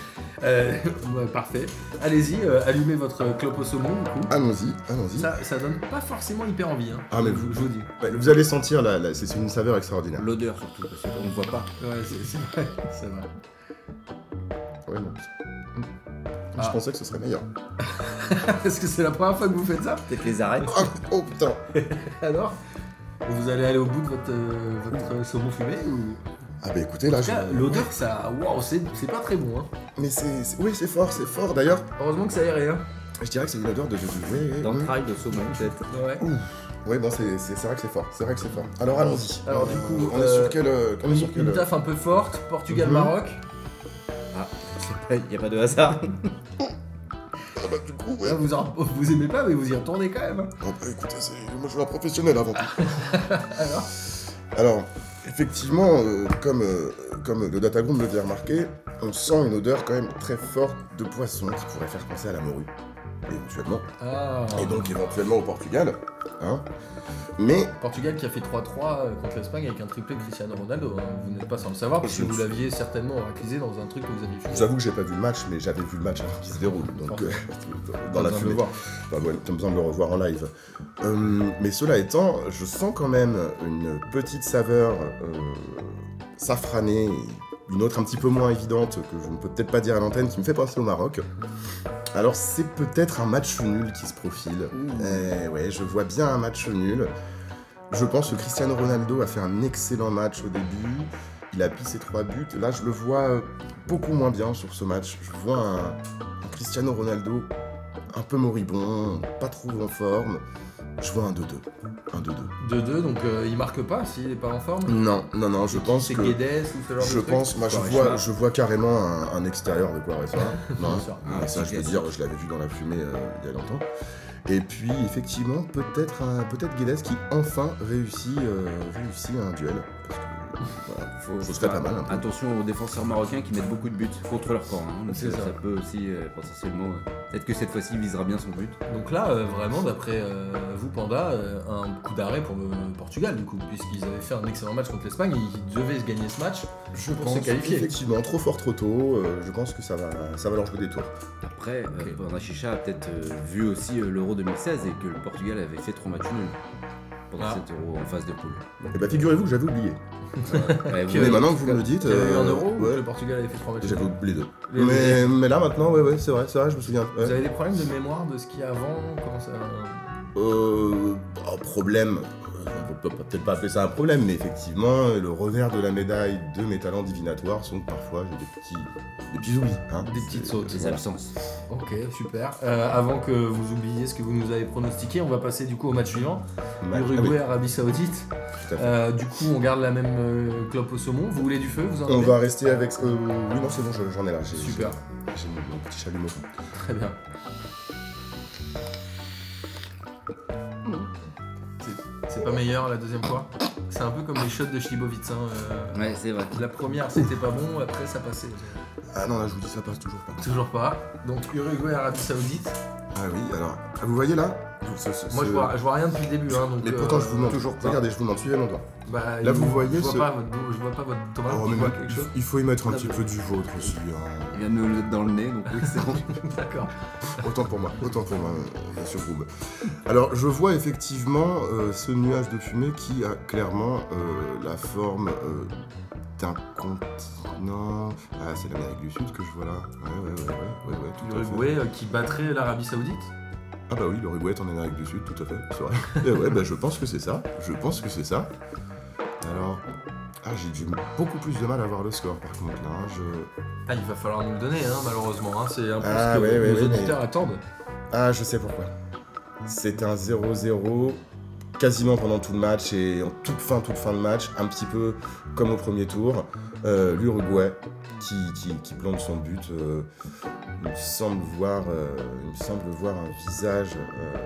Speaker 2: Euh, ouais, parfait. Allez-y, euh, allumez votre clope au saumon, du coup.
Speaker 4: Allons-y, allons-y.
Speaker 2: Ça, ça donne pas forcément hyper envie, hein.
Speaker 4: Ah, mais
Speaker 2: je, je vous dis.
Speaker 4: Bah, Vous allez sentir, là, là, c'est une saveur extraordinaire.
Speaker 5: L'odeur surtout, parce qu'on ne voit pas.
Speaker 2: Ouais, c'est c'est vrai, c'est vrai.
Speaker 4: Ouais, non.
Speaker 2: Ah.
Speaker 4: Je pensais que ce serait meilleur.
Speaker 2: Est-ce que c'est la première fois que vous faites ça
Speaker 5: Peut-être les arêtes.
Speaker 4: Ah, oh putain
Speaker 2: Alors Vous allez aller au bout de votre, euh, votre saumon fumé ou...
Speaker 4: Ah bah écoutez, là,
Speaker 2: En tout cas,
Speaker 4: je...
Speaker 2: l'odeur, ça. Waouh, c'est c'est pas très bon, hein.
Speaker 4: Mais c'est... c'est- Oui, c'est fort, c'est fort. D'ailleurs,
Speaker 2: Heureusement que c'est aéré, hein.
Speaker 4: je dirais que c'est une odeur de... Oui, oui, oui.
Speaker 5: D'entrailles de saumon, peut-être.
Speaker 2: Ouais.
Speaker 4: Oui, bon, c'est c'est- c'est vrai que c'est fort, c'est vrai que c'est fort. Alors allons-y.
Speaker 2: Alors, du coup,
Speaker 4: on est
Speaker 2: euh,
Speaker 4: sur quel... euh, On est sur
Speaker 2: Une,
Speaker 4: quel...
Speaker 2: une taf un peu forte,
Speaker 4: Mhm.
Speaker 2: Portugal-Maroc.
Speaker 5: Il n'y a pas de hasard.
Speaker 4: Ah bah du coup, ouais.
Speaker 2: Là, vous, en- vous aimez pas, mais vous y retournez quand même. hein.
Speaker 4: Ah bah, écoutez, c'est... moi je suis un professionnel avant tout.
Speaker 2: Alors
Speaker 4: Alors, effectivement, euh, comme, euh, comme le Datagroup me le faisait remarquer, on sent une odeur quand même très forte de poisson qui pourrait faire penser à la morue, éventuellement.
Speaker 2: Ah.
Speaker 4: Et donc éventuellement au Portugal. Hein. Mais
Speaker 2: Portugal qui a fait 3-3 euh, contre l'Espagne avec un triplé de Cristiano Ronaldo. hein. Vous n'êtes pas sans le savoir, parce que
Speaker 4: Je-
Speaker 2: vous l'aviez certainement accusé dans un truc que vous aviez fait.
Speaker 4: je vous avoue que j'ai pas vu le match, mais j'avais vu le match avant qu'il se déroule. Donc euh, dans la fumée. Enfin, ouais, t'as besoin de le revoir en live. Euh, mais cela étant, je sens quand même une petite saveur euh, safranée, et une autre un petit peu moins évidente que je ne peux peut-être pas dire à l'antenne, qui me fait penser au Maroc. Alors c'est peut-être un match nul qui se profile. Eh ouais, je vois bien un match nul. Je pense que Cristiano Ronaldo a fait un excellent match au début. Il a pissé trois buts. Là, je le vois euh, beaucoup moins bien sur ce match. Je vois un- un Cristiano Ronaldo un peu moribond, pas trop en forme. Je vois un 2-2. Un 2-2.
Speaker 2: 2-2, donc euh, il marque pas s'il n'est pas en forme.
Speaker 4: Non, non, non, je pense
Speaker 2: C'est
Speaker 4: que.
Speaker 2: Guedes ou ce genre de
Speaker 4: Je
Speaker 2: truc
Speaker 4: pense, moi je
Speaker 2: Quaresma.
Speaker 4: vois, je vois carrément un, un extérieur de Quaresma. Non,
Speaker 2: Bien sûr.
Speaker 4: mais ça je veux dire, je l'avais vu dans la fumée euh, il y a longtemps. Et puis effectivement, peut-être un- peut-être Guedes qui enfin réussit, euh, réussit un duel. Parce que, euh, voilà.
Speaker 5: Faut,
Speaker 4: Ce serait pas mal, un peu.
Speaker 5: Attention aux défenseurs marocains qui mettent beaucoup de buts contre leur camp. hein. Donc,
Speaker 2: C'est
Speaker 5: euh,
Speaker 2: ça.
Speaker 5: ça. peut aussi euh, potentiellement. euh, Peut-être que cette fois-ci, il visera bien son but.
Speaker 2: Donc là, euh, vraiment, d'après euh, vous, Panda, euh, un coup d'arrêt pour le Portugal, du coup, puisqu'ils avaient fait un excellent match contre l'Espagne, et ils devaient se gagner ce match.
Speaker 4: Je
Speaker 2: Pour se
Speaker 4: pense
Speaker 2: qualifier.
Speaker 4: effectivement trop fort trop tôt. euh, je pense que ça va, ça va leur jouer des tours.
Speaker 1: Après, euh, Bernard Chicha a peut-être euh, vu aussi euh, l'Euro 2016 et que le Portugal avait fait trois matchs nuls pendant
Speaker 2: Ah.
Speaker 1: cet Euro en phase de poule.
Speaker 4: Et bah figurez-vous que j'avais oublié.
Speaker 1: Ouais,
Speaker 2: Que-
Speaker 1: vous-
Speaker 4: Mais maintenant que vous me le dites,
Speaker 2: Il y avait eu un
Speaker 4: euh,
Speaker 2: euro où
Speaker 4: ouais.
Speaker 2: le Portugal avait fait 3 matchs.
Speaker 4: J'avais oublié les deux.
Speaker 2: Les-
Speaker 4: Mais, mais là maintenant, ouais, ouais, c'est vrai, c'est vrai, je me souviens.
Speaker 2: Vous
Speaker 4: Ouais.
Speaker 2: avez des problèmes de mémoire de ce qu'il y a avant Comment ça...
Speaker 4: Euh, un problème, euh, on peut pas- peut-être pas appeler ça un problème, mais effectivement, le revers de la médaille de mes talents divinatoires sont que parfois j'ai des petits, des petits oublis. hein.
Speaker 2: Des petites
Speaker 4: C'est-
Speaker 2: sautes.
Speaker 1: les
Speaker 4: voilà.
Speaker 1: absences.
Speaker 2: Ok, super. Euh, avant que vous oubliez ce que vous nous avez pronostiqué, on va passer du coup au match suivant.
Speaker 4: Ma- ah oui,
Speaker 2: Uruguay-Arabie Saoudite.
Speaker 4: tout à fait.
Speaker 2: Euh, du coup, on garde la même euh, clope au saumon. Vous voulez du feu Vous en
Speaker 4: On
Speaker 2: avez
Speaker 4: va rester avec ce que. Oui, non, c'est bon, je- j'en ai là. j'ai-
Speaker 2: Super,
Speaker 4: j'ai- J'ai mon, mon petit chalumeau.
Speaker 2: très bien. C'est- C'est pas meilleur la deuxième fois C'est un peu comme les shots de Chibovitz. hein, euh,
Speaker 1: Ouais, c'est vrai.
Speaker 2: La première c'était pas bon, après ça passait.
Speaker 4: Ah non, là, je vous dis, ça passe toujours pas.
Speaker 2: Toujours pas. Donc Uruguay-Arabie Saoudite.
Speaker 4: Ah oui, alors. ah, vous voyez là Ce- ce-
Speaker 2: Moi
Speaker 4: ce-
Speaker 2: je vois, je vois rien depuis le début. Hein, donc,
Speaker 4: Mais
Speaker 2: euh,
Speaker 4: pourtant, je vous montre.
Speaker 5: toujours pas.
Speaker 4: Regardez, je vous montre, suivez mon doigt.
Speaker 2: bah,
Speaker 4: Là,
Speaker 2: il-
Speaker 4: vous voyez
Speaker 2: je vois
Speaker 4: ce-
Speaker 2: pas votre- je Hein? vois pas votre Thomas,
Speaker 4: Oh,
Speaker 2: il
Speaker 4: mais
Speaker 2: voit
Speaker 4: moi,
Speaker 2: quelque chose. Ah, bah.
Speaker 4: Il faut y mettre un
Speaker 1: Non,
Speaker 4: petit
Speaker 1: mais-
Speaker 4: peu du vôtre aussi. hein.
Speaker 1: Il vient de me le mettre dans le nez, donc oui, c'est bon.
Speaker 2: D'accord.
Speaker 4: Autant pour moi, autant pour moi, euh, bien sûr, Groove. Alors, je vois effectivement euh, ce nuage de fumée qui a clairement euh, la forme euh, d'un continent. Ah, c'est l'Amérique du Sud que je vois là. Ouais, ouais, ouais, ouais, ouais, ouais, tout à fait.
Speaker 2: L'Uruguay euh, qui battrait l'Arabie Saoudite.
Speaker 4: Ah, bah oui, l'Uruguay est en Amérique du Sud, tout à fait, c'est vrai. Et ouais, bah je pense que c'est ça, je pense que c'est ça. Alors. Ah, j'ai du- beaucoup plus de mal à voir le score par contre là. hein, Je...
Speaker 2: Ah, il va falloir nous le donner, hein, malheureusement. hein, C'est un peu
Speaker 4: Ah,
Speaker 2: ce que
Speaker 4: ouais, ouais,
Speaker 2: nos
Speaker 4: ouais,
Speaker 2: auditeurs attendent.
Speaker 4: Ah, je sais pourquoi. C'est un 0-0 quasiment pendant tout le match et en toute fin, toute fin de match, un petit peu comme au premier tour. Euh, L'Uruguay qui, qui, qui plante son but. euh, il, me semble voir, euh, il me semble voir un visage euh,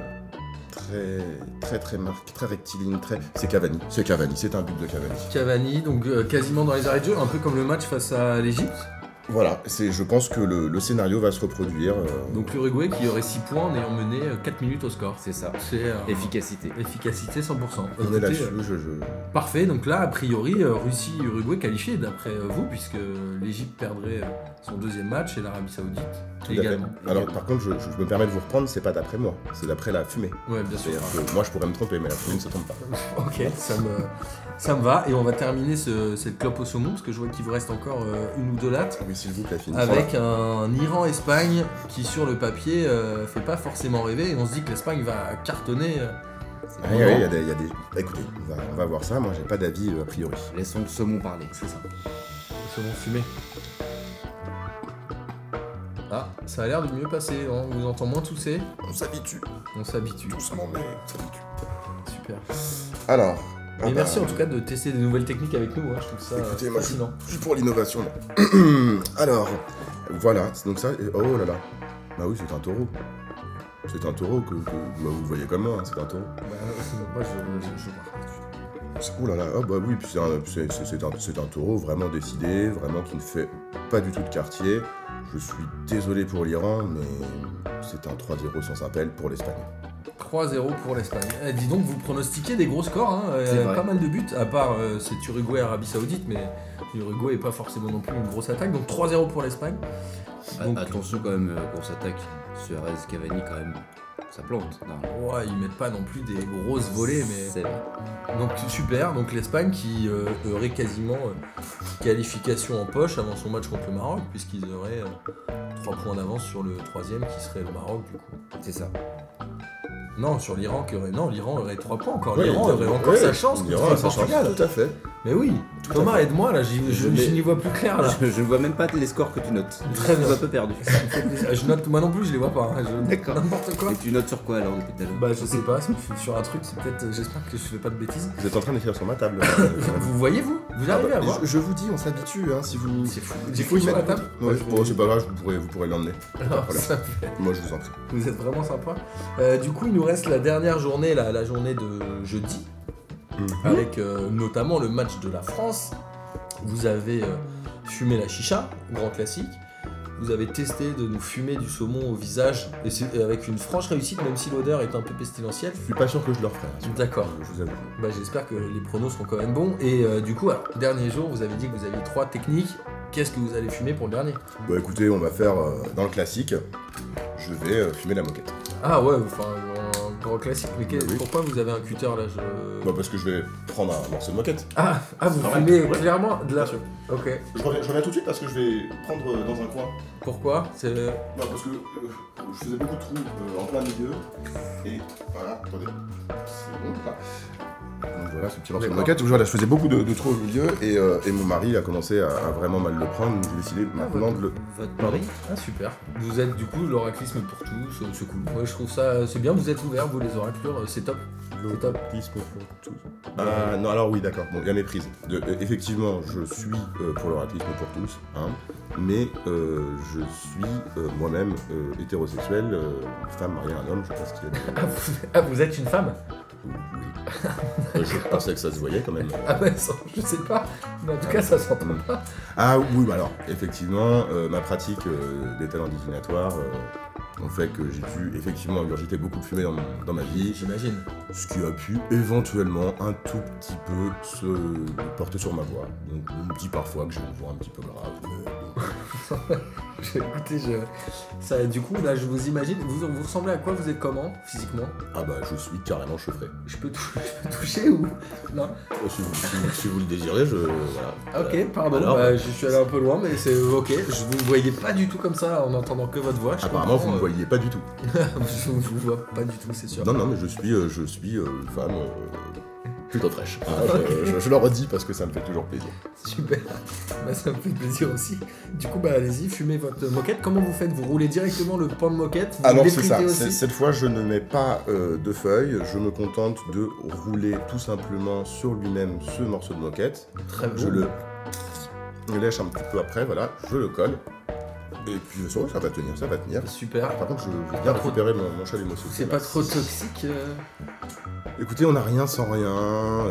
Speaker 4: très, très, très marqué, très rectiligne. Très... C'est Cavani, c'est Cavani, c'est un but de Cavani.
Speaker 2: Cavani, donc euh, quasiment dans les arrêts de jeu, un peu comme le match face à l'Égypte.
Speaker 4: Voilà, c'est, je pense que le, le scénario va se reproduire. euh,
Speaker 2: Donc l'Uruguay qui aurait 6 points en ayant mené 4 minutes au score.
Speaker 1: C'est ça.
Speaker 2: C'est euh,
Speaker 1: Efficacité.
Speaker 2: efficacité 100%.
Speaker 4: on
Speaker 2: Écoutez,
Speaker 4: est là-dessus.
Speaker 2: euh,
Speaker 4: Je, je...
Speaker 2: Parfait, donc là, a priori, euh, Russie-Uruguay qualifiés d'après euh, vous, puisque l'Égypte perdrait euh, son deuxième match et l'Arabie Saoudite
Speaker 4: tout à fait.
Speaker 2: également.
Speaker 4: Alors par contre, je, je- je me permets de vous reprendre, c'est pas d'après moi, c'est d'après la fumée.
Speaker 2: Ouais, bien sûr.
Speaker 4: C'est-à-dire que moi je pourrais me tromper, mais la fumée ne se trompe pas.
Speaker 2: Ok, ça me, ça me va. Et on va terminer ce- cette clope au saumon, parce que je vois qu'il vous reste encore euh, une ou deux lattes.
Speaker 4: Oui, s'il vous plaît, finissez.
Speaker 2: Avec un Iran-Espagne qui, sur le papier, euh, fait pas forcément rêver. Et on se dit que l'Espagne va cartonner. euh.
Speaker 4: Ah oui, oui, il y a des, il y a des- bah, écoutez, on va, on va voir ça. Moi, j'ai pas d'avis euh, a priori.
Speaker 1: Laissons le saumon parler. C'est ça.
Speaker 2: Saumon fumé. Ah, ça a l'air de mieux passer. hein. On vous entend moins tousser.
Speaker 4: On s'habitue
Speaker 2: On s'habitue.
Speaker 4: doucement, mais on s'habitue.
Speaker 2: Super.
Speaker 4: Alors. ah
Speaker 2: Et
Speaker 4: bah,
Speaker 2: merci en tout cas de tester des nouvelles techniques avec nous. hein. Je trouve ça euh,
Speaker 4: Écoutez, moi,
Speaker 2: fascinant.
Speaker 4: Je suis pour l'innovation. moi. Alors, voilà. c'est Donc ça. et- Oh là là. Bah oui, c'est un taureau. C'est un taureau que, que- bah, vous voyez comme moi. hein, c'est un taureau.
Speaker 2: Bah, euh, moi, je, je- je vois.
Speaker 4: C'est- Oh là là. Oh bah oui. Puis c'est un, c'est- c'est- c'est un, c'est un taureau vraiment décidé, vraiment qui ne fait pas du tout de quartier. Je suis désolé pour l'Iran, mais c'est un 3-0 sans appel pour l'Espagne.
Speaker 2: 3-0 pour l'Espagne. Eh, dis donc, vous pronostiquez des gros scores, hein, euh,
Speaker 1: C'est vrai.
Speaker 2: pas mal de buts, à part euh, cet Uruguay-Arabie Saoudite, mais l'Uruguay n'est pas forcément non plus une grosse attaque, donc 3-0 pour l'Espagne. Donc-
Speaker 1: Attention quand même euh, qu'on s'attaque. Suarez, Cavani quand même, ça plante. Non.
Speaker 2: Ouais, ils mettent pas non plus des grosses volées, mais.
Speaker 1: C'est vrai.
Speaker 2: Donc super, donc l'Espagne qui euh, aurait quasiment euh, qualification en poche avant son match contre le Maroc, puisqu'ils auraient 3 points d'avance sur le troisième qui serait le Maroc du coup.
Speaker 1: C'est ça.
Speaker 2: Non, sur l'Iran qui aurait. Non, l'Iran aurait 3 points encore.
Speaker 4: Ouais,
Speaker 2: L'Iran
Speaker 4: Oh, il-
Speaker 2: aurait encore
Speaker 4: ouais,
Speaker 2: sa chance
Speaker 4: l'Iran a
Speaker 2: contre le
Speaker 4: sa chance,
Speaker 2: Portugal.
Speaker 4: Tout à fait.
Speaker 2: Mais oui,
Speaker 4: Tout à
Speaker 2: Thomas,
Speaker 4: fait.
Speaker 2: aide-moi là, j'y- je
Speaker 5: Je vais-
Speaker 2: je n'y vois plus clair là.
Speaker 5: Je, je ne vois même pas les scores que tu notes.
Speaker 2: Très
Speaker 5: Je
Speaker 2: bien.
Speaker 5: suis un peu perdu.
Speaker 2: Je note, moi non plus, je les vois pas. hein, je-
Speaker 5: D'accord.
Speaker 2: N'importe quoi.
Speaker 5: Et tu notes sur quoi alors depuis tout à l'heure
Speaker 2: Bah, je sais pas, sur un truc, c'est peut-être. euh, J'espère que je fais pas de bêtises.
Speaker 4: Vous êtes en train d'écrire sur ma table. euh,
Speaker 2: Vous voyez, vous Vous
Speaker 4: Ah
Speaker 2: arrivez
Speaker 4: bah,
Speaker 2: à voir
Speaker 4: je, je vous dis, on s'habitue, hein, si vous...
Speaker 2: C'est fou.
Speaker 4: Il
Speaker 2: J'ai
Speaker 4: faut y
Speaker 2: sur la
Speaker 4: mettre
Speaker 2: table
Speaker 4: Ouais, bon, c'est pas grave, vous pourrez, vous pourrez l'emmener.
Speaker 2: Alors,
Speaker 4: problème.
Speaker 2: ça fait-
Speaker 4: Moi, je vous en prie.
Speaker 2: Vous êtes vraiment sympa. Euh, du coup, il nous reste la dernière journée, la, la journée de jeudi, avec euh, notamment le match de la France. Vous avez euh, fumé la chicha, grand classique. Vous avez testé de nous fumer du saumon au visage, et c'est- et avec une franche réussite, même si l'odeur est un peu pestilentielle.
Speaker 4: Je suis pas sûr que je le referai. hein,
Speaker 2: D'accord.
Speaker 4: Je vous avoue.
Speaker 2: Bah, J'espère que les pronos seront quand même bons. Et euh, du coup, alors, dernier jour, vous avez dit que vous aviez trois techniques. Qu'est-ce que vous allez fumer pour le dernier
Speaker 4: Bon, Bah, écoutez, on va faire euh, dans le classique. Je vais euh, fumer la moquette.
Speaker 2: Ah ouais, enfin, un grand classique. Mais que-
Speaker 4: Oui.
Speaker 2: pourquoi vous avez un cutter là je...
Speaker 4: Bah, parce que je vais prendre un morceau de moquette.
Speaker 2: Ah, ah, vous
Speaker 4: Normal.
Speaker 2: fumez clairement de la...
Speaker 4: Bien sûr.
Speaker 2: Ok.
Speaker 4: Je reviens, je reviens tout de suite parce que je vais prendre euh, dans un coin.
Speaker 2: Pourquoi C'est le-
Speaker 4: Non, parce que euh, je faisais beaucoup de trous euh, en plein milieu. Et voilà, attendez. C'est bon, là. Donc voilà, ce petit morceau de
Speaker 2: D'accord.
Speaker 4: moquette. Voilà, je faisais beaucoup de, de trous au milieu et, euh, et mon mari a commencé à, à vraiment mal le prendre. donc J'ai décidé maintenant de le.
Speaker 5: Ah, Votre pari
Speaker 2: Ah super. Vous êtes du coup l'oraclisme pour tous, euh, c'est cool. Moi je trouve ça... euh, C'est bien, vous êtes ouverts, vous les oraclures, euh, c'est top. C'est top.
Speaker 4: Ah non, alors oui, d'accord. Bon, il y a méprise. De- euh, effectivement, je suis euh, pour le racisme pour tous, hein, mais euh, je suis euh, moi-même euh, hétérosexuel, euh, femme mariée à un homme, je pense qu'il y a des...
Speaker 2: Ah vous... ah, vous êtes une femme
Speaker 4: Oui. Euh, je pensais que ça se voyait quand même.
Speaker 2: Ah ben, ça, je sais pas. Mais en tout cas, ça s'entend.
Speaker 4: Mm. Ah oui, bah alors, effectivement, euh, ma pratique euh, des talents divinatoires euh, ont fait que j'ai pu effectivement ingurgiter beaucoup de fumée dans, mon- dans ma vie.
Speaker 2: J'imagine.
Speaker 4: ce qui a pu éventuellement un tout petit peu se porter sur ma voix. Donc on me dit parfois que j'ai une voix un petit peu grave. mais bon.
Speaker 2: Je- Écoutez, je... Ça, du coup, là, je vous imagine. Vous, vous ressemblez à quoi Vous êtes comment physiquement
Speaker 4: Ah bah je suis carrément chauffé.
Speaker 2: je peux, tou- je peux toucher ou Non.
Speaker 4: Oh, si, vous, si vous- si vous le désirez, je... Voilà.
Speaker 2: Ok, pardon.
Speaker 4: Alors,
Speaker 2: bah, je suis allé un peu loin, mais c'est ok. Je vous voyais pas du tout comme ça en entendant que votre voix. je
Speaker 4: Apparemment vous
Speaker 2: comprends,
Speaker 4: ne me
Speaker 2: euh,
Speaker 4: voyez pas du tout.
Speaker 2: Ah, je vous vois pas du tout, c'est sûr.
Speaker 4: Non non mais je suis euh, je suis euh, une femme euh, plutôt fraîche. Ah, je, je- je le redis parce que ça me fait toujours plaisir.
Speaker 2: Super. Bah, ça me fait plaisir aussi. Du coup, bah allez-y, fumez votre moquette. Comment vous faites Vous roulez directement le pan de moquette vous
Speaker 4: Alors c'est
Speaker 2: l'effritez
Speaker 4: ça,
Speaker 2: aussi
Speaker 4: C'est- cette fois je ne mets pas euh, de feuilles, je me contente de rouler tout simplement sur lui-même ce morceau de moquette
Speaker 2: Très Ah bon.
Speaker 4: Je le lèche un petit peu après, voilà, je le colle. Et puis je sais, ouais, ça va tenir, ça va tenir.
Speaker 2: Bah, Super.
Speaker 4: Par contre, je, je vais bien
Speaker 2: trop-
Speaker 4: récupérer mon, mon chat d'émotion.
Speaker 2: C'est pas trop toxique. euh,
Speaker 4: Écoutez, on n'a rien sans rien.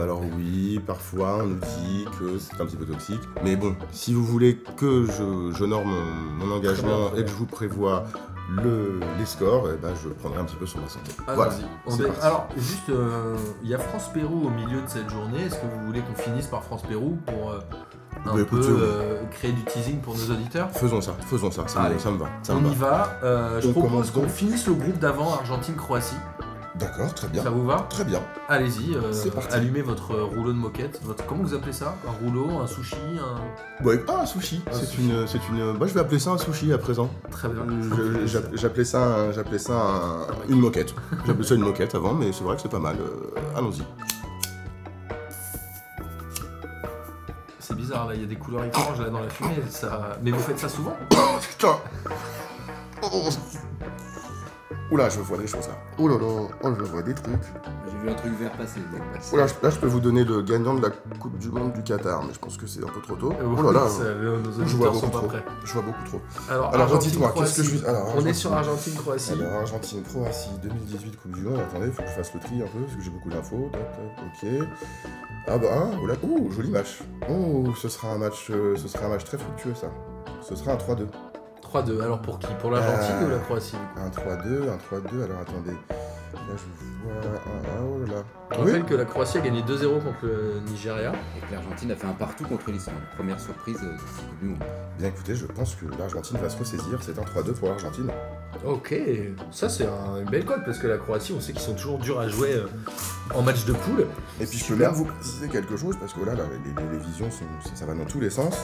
Speaker 4: Alors oui, parfois on nous dit que c'est un petit peu toxique. Mais bon, si vous voulez que je, j'honore mon, mon engagement
Speaker 2: Très bien, très
Speaker 4: et que je vous prévois le, les scores, eh ben, je prendrai un petit peu sur ma santé.
Speaker 2: Allons-y.
Speaker 4: voilà.
Speaker 2: Ah, On
Speaker 4: c'est
Speaker 2: dé-
Speaker 4: parti.
Speaker 2: Alors, juste, euh, il y a France Pérou au milieu de cette journée. Est-ce que vous voulez qu'on finisse par France Pérou pour euh, un
Speaker 4: Bah,
Speaker 2: peu
Speaker 4: écoutez, oui.
Speaker 2: euh, créer du teasing pour nos auditeurs
Speaker 4: Faisons ça, faisons ça, ça,
Speaker 2: Allez.
Speaker 4: me, ça me va. Ça
Speaker 2: On
Speaker 4: me
Speaker 2: y va. Euh, je
Speaker 4: On
Speaker 2: propose
Speaker 4: commence
Speaker 2: qu'on
Speaker 4: donc.
Speaker 2: finisse le groupe d'avant Argentine-Croatie.
Speaker 4: D'accord, très bien.
Speaker 2: Ça vous va
Speaker 4: Très bien.
Speaker 2: Allez-y, euh,
Speaker 4: C'est parti.
Speaker 2: allumez votre euh, rouleau de moquette. Votre, comment vous appelez ça Un rouleau, un sushi, un...
Speaker 4: Ouais, pas un sushi.
Speaker 2: Un
Speaker 4: c'est
Speaker 2: sushi.
Speaker 4: une, c'est une. Moi, je vais appeler ça un sushi à présent.
Speaker 2: Très bien.
Speaker 4: Je- j'a- J'appelais ça, un- j'appelais ça un- une moquette. J'appelais ça une moquette avant, mais c'est vrai que c'est pas mal. Euh, Allons-y.
Speaker 2: C'est bizarre là, il y a des couleurs étranges là dans la fumée. Ça... Mais vous faites ça souvent
Speaker 4: Putain Oh. Oula, je vois des choses là. Oh là là, oh, je vois des trucs.
Speaker 1: J'ai vu un truc vert passer. bah,
Speaker 4: Oh là, je- là, je peux vous donner le gagnant de la Coupe du Monde du Qatar, mais je pense que c'est un peu trop tôt. Oh là là,
Speaker 2: Ça, euh, Nos
Speaker 4: je vois
Speaker 2: auditeurs sont
Speaker 4: beaucoup
Speaker 2: pas
Speaker 4: trop.
Speaker 2: prêts.
Speaker 4: Je vois beaucoup trop.
Speaker 2: Alors,
Speaker 4: Alors,
Speaker 2: Argentine,
Speaker 4: dites-moi, qu'est-ce que je
Speaker 2: Croatie.
Speaker 4: suis. Alors,
Speaker 2: On est
Speaker 4: Argentine-
Speaker 2: sur Argentine-Croatie.
Speaker 4: Alors, Argentine, hein, Croatie, 2018, Coupe du Monde. Attendez, faut que je fasse le tri un peu, parce que j'ai beaucoup d'infos. Tac, tac, Ok. Ah bah, ah, oh là, oh, joli match. Oh, ce sera un match, euh, ce sera un match très fructueux, ça. Ce sera un 3-2.
Speaker 2: 3-2. Alors pour qui Pour l'Argentine
Speaker 4: Euh,
Speaker 2: ou la Croatie
Speaker 4: Un 3-2, un 3-2, alors attendez. Là, je vois. un- ah, oh là là.
Speaker 2: On rappelle que la Croatie a gagné 2-0 contre le Nigeria.
Speaker 1: Et que l'Argentine a fait un partout contre l'Islande. Première surprise euh, de cette Coupe du Monde.
Speaker 4: Bien écoutez, je pense que l'Argentine va se ressaisir. C'est un 3-2 pour l'Argentine.
Speaker 2: Ok, ça c'est un- une belle cote parce que la Croatie, on sait qu'ils sont toujours durs à jouer euh, en match de poule.
Speaker 4: Et puis, je peux
Speaker 2: Super.
Speaker 4: même vous préciser quelque chose, parce que là, là, les, les- les visions, sont, ça, ça va dans tous les sens.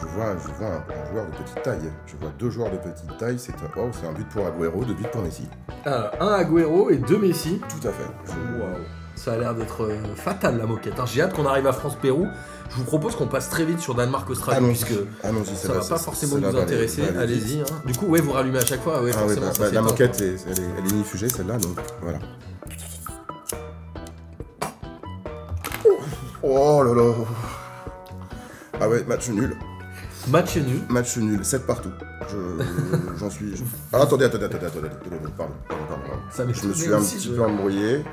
Speaker 4: Je vois, je vois un, un joueur de petite taille. Je vois deux joueurs de petite taille. C'est un, oh, c'est un but pour Agüero, deux buts pour Messi.
Speaker 2: Alors, Euh, un Agüero et deux Messi.
Speaker 4: Tout à fait. Je-
Speaker 2: Waouh, ça a l'air d'être euh, fatal la moquette. hein. J'ai hâte qu'on arrive à France-Pérou. Je vous propose qu'on passe très vite sur Danemark-Australie
Speaker 4: Allons-y.
Speaker 2: puisque
Speaker 4: Allons-y,
Speaker 2: ça va pas forcément
Speaker 4: ça
Speaker 2: nous
Speaker 4: va aller-
Speaker 2: intéresser.
Speaker 4: va aller vite.
Speaker 2: Allez-y. hein. Du coup, ouais, vous rallumez à chaque fois. Ouais,
Speaker 4: Ah oui,
Speaker 2: forcément,
Speaker 4: bah,
Speaker 2: ça
Speaker 4: bah, la
Speaker 2: s'éteint.
Speaker 4: moquette, c'est- elle est, elle est ignifugée, celle-là, donc voilà. Oh là là Ah ouais, match nul.
Speaker 2: Match nul.
Speaker 4: Match nul, 7 partout. Je- J'en suis... je- Ah, attendez, attendez, attendez, attendez, attendez, pardon, pardon, pardon, pardon.
Speaker 2: Ça
Speaker 4: Je me
Speaker 2: m'étonnait
Speaker 4: suis un
Speaker 2: aussi,
Speaker 4: petit
Speaker 2: je-
Speaker 4: peu embrouillé.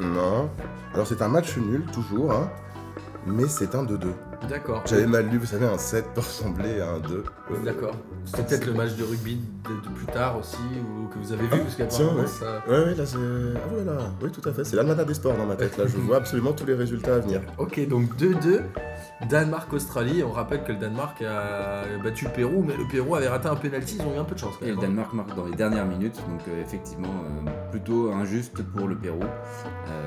Speaker 4: Non. Alors c'est un match nul, toujours, hein. Mais c'est un 2-2.
Speaker 2: D'accord. Euh,
Speaker 4: J'avais mal lu, vous savez, un 7 peut ressembler à un Euh, 2.
Speaker 2: D'accord. C'était peut-être le match de rugby de, de plus tard aussi, ou que vous avez vu, parce
Speaker 4: Ah, tiens,
Speaker 2: qu'apparemment
Speaker 4: ouais.
Speaker 2: ça.
Speaker 4: Ouais, ouais, là, c'est. Ah, ouais, là, oui, tout à fait. C'est l'almanach des sports dans ma tête, là. Je vois absolument tous les résultats à venir.
Speaker 2: Ok, donc 2-2. Danemark-Australie, on rappelle que le Danemark a battu le Pérou, mais le Pérou avait raté un penalty, ils ont eu un peu de chance quand
Speaker 1: Et le
Speaker 2: même. hein.
Speaker 1: Danemark marque dans les dernières minutes, donc euh, effectivement euh, plutôt injuste pour le Pérou. Euh,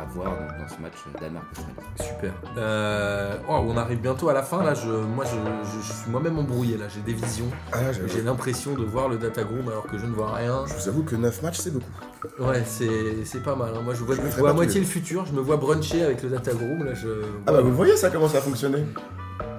Speaker 1: à voir donc, dans ce match euh, Danemark-Australie.
Speaker 2: Super. Euh, oh, on arrive bientôt à la fin, là, je, moi je, je- je suis moi-même embrouillé, là, j'ai des visions,
Speaker 4: Ah, là, je,
Speaker 2: j'ai l'impression de voir le Datagroom alors que je ne vois rien.
Speaker 4: je vous avoue que 9 matchs, c'est beaucoup.
Speaker 2: Ouais, c'est c'est pas mal, hein. moi je vois,
Speaker 4: Je
Speaker 2: je
Speaker 4: me ferai
Speaker 2: vois à
Speaker 4: pas
Speaker 2: moitié le futur, je me vois bruncher avec le Datagroom, là, je...
Speaker 4: Ah, bah, vous voyez, ça commence à fonctionner.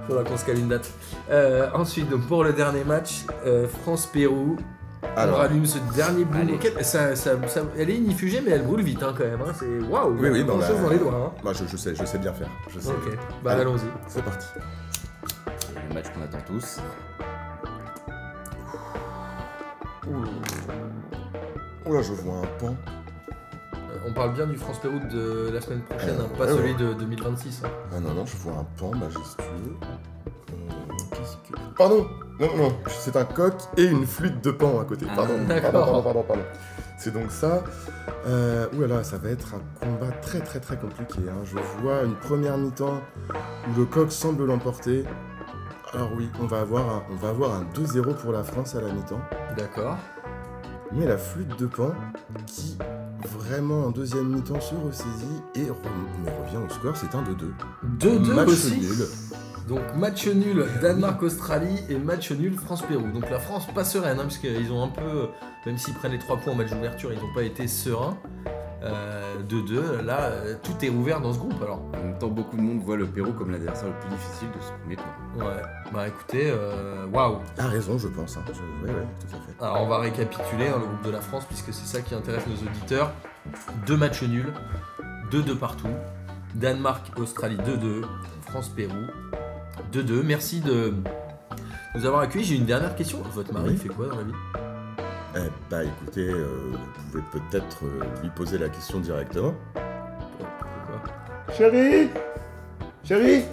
Speaker 2: Faudra qu'on se cale une date. Euh, ensuite, donc pour le dernier match, euh, France-Pérou. on
Speaker 4: Alors.
Speaker 2: rallume ce dernier bout.
Speaker 1: Allez.
Speaker 2: Ok, ça- ça- ça- elle est inifugée, mais elle brûle vite hein, quand même. hein. C'est waouh,
Speaker 4: Oui, oui, bah,
Speaker 2: grand
Speaker 4: bah,
Speaker 2: chose dans les doigts. hein.
Speaker 4: Bah, je, je sais, je sais bien faire. Je sais.
Speaker 2: Ok, bah
Speaker 4: Allez.
Speaker 2: allons-y.
Speaker 4: C'est parti.
Speaker 1: C'est le match qu'on attend tous.
Speaker 4: Oh là, je vois un pan.
Speaker 2: Euh, On parle bien du France-Pérou de la semaine prochaine,
Speaker 4: Euh,
Speaker 2: hein, pas
Speaker 4: ouais,
Speaker 2: celui de 2026. hein.
Speaker 4: Ah, non, non, je vois un pan majestueux. Euh, qu'est-ce que- Pardon Non, non, c'est un coq et une flûte de pan à côté.
Speaker 1: Ah,
Speaker 4: Pardon,
Speaker 2: d'accord.
Speaker 4: pardon, pardon, pardon, pardon. C'est donc ça. Euh, Ouh là là, ça va être un combat très très très compliqué. hein. Je vois une première mi-temps où le coq semble l'emporter. Alors oui, on va avoir un, on va avoir un 2-0 pour la France à la mi-temps.
Speaker 2: D'accord.
Speaker 4: Mais la flûte de pan qui vraiment en deuxième mi-temps se ressaisit et re- mais revient au score, c'est un 2-2.
Speaker 2: 2-2
Speaker 4: Match
Speaker 2: aussi.
Speaker 4: nul.
Speaker 2: Donc match nul Danemark-Australie et match nul France-Pérou. Donc la France pas sereine, hein, parce qu'ils ont un peu, même s'ils prennent les 3 points en match d'ouverture, ils n'ont pas été sereins. Euh, 2-2, là euh, tout est ouvert dans ce groupe alors.
Speaker 1: En même temps, beaucoup de monde voit le Pérou comme l'adversaire le plus difficile de ce premier tour.
Speaker 2: Ouais, bah écoutez, euh, waouh.
Speaker 4: A raison, je pense. hein. Je- Ouais, ouais, tout à fait.
Speaker 2: Alors on va récapituler hein, le groupe de la France, puisque c'est ça qui intéresse nos auditeurs. Deux matchs nuls, 2-2 partout. Danemark-Australie 2-2, France-Pérou 2-2. Merci de nous avoir accueillis. J'ai une dernière question. Votre mari il fait quoi dans la vie
Speaker 4: Eh bah écoutez, euh, vous pouvez peut-être euh, lui poser la question directement.
Speaker 2: Pourquoi
Speaker 4: Chérie Chérie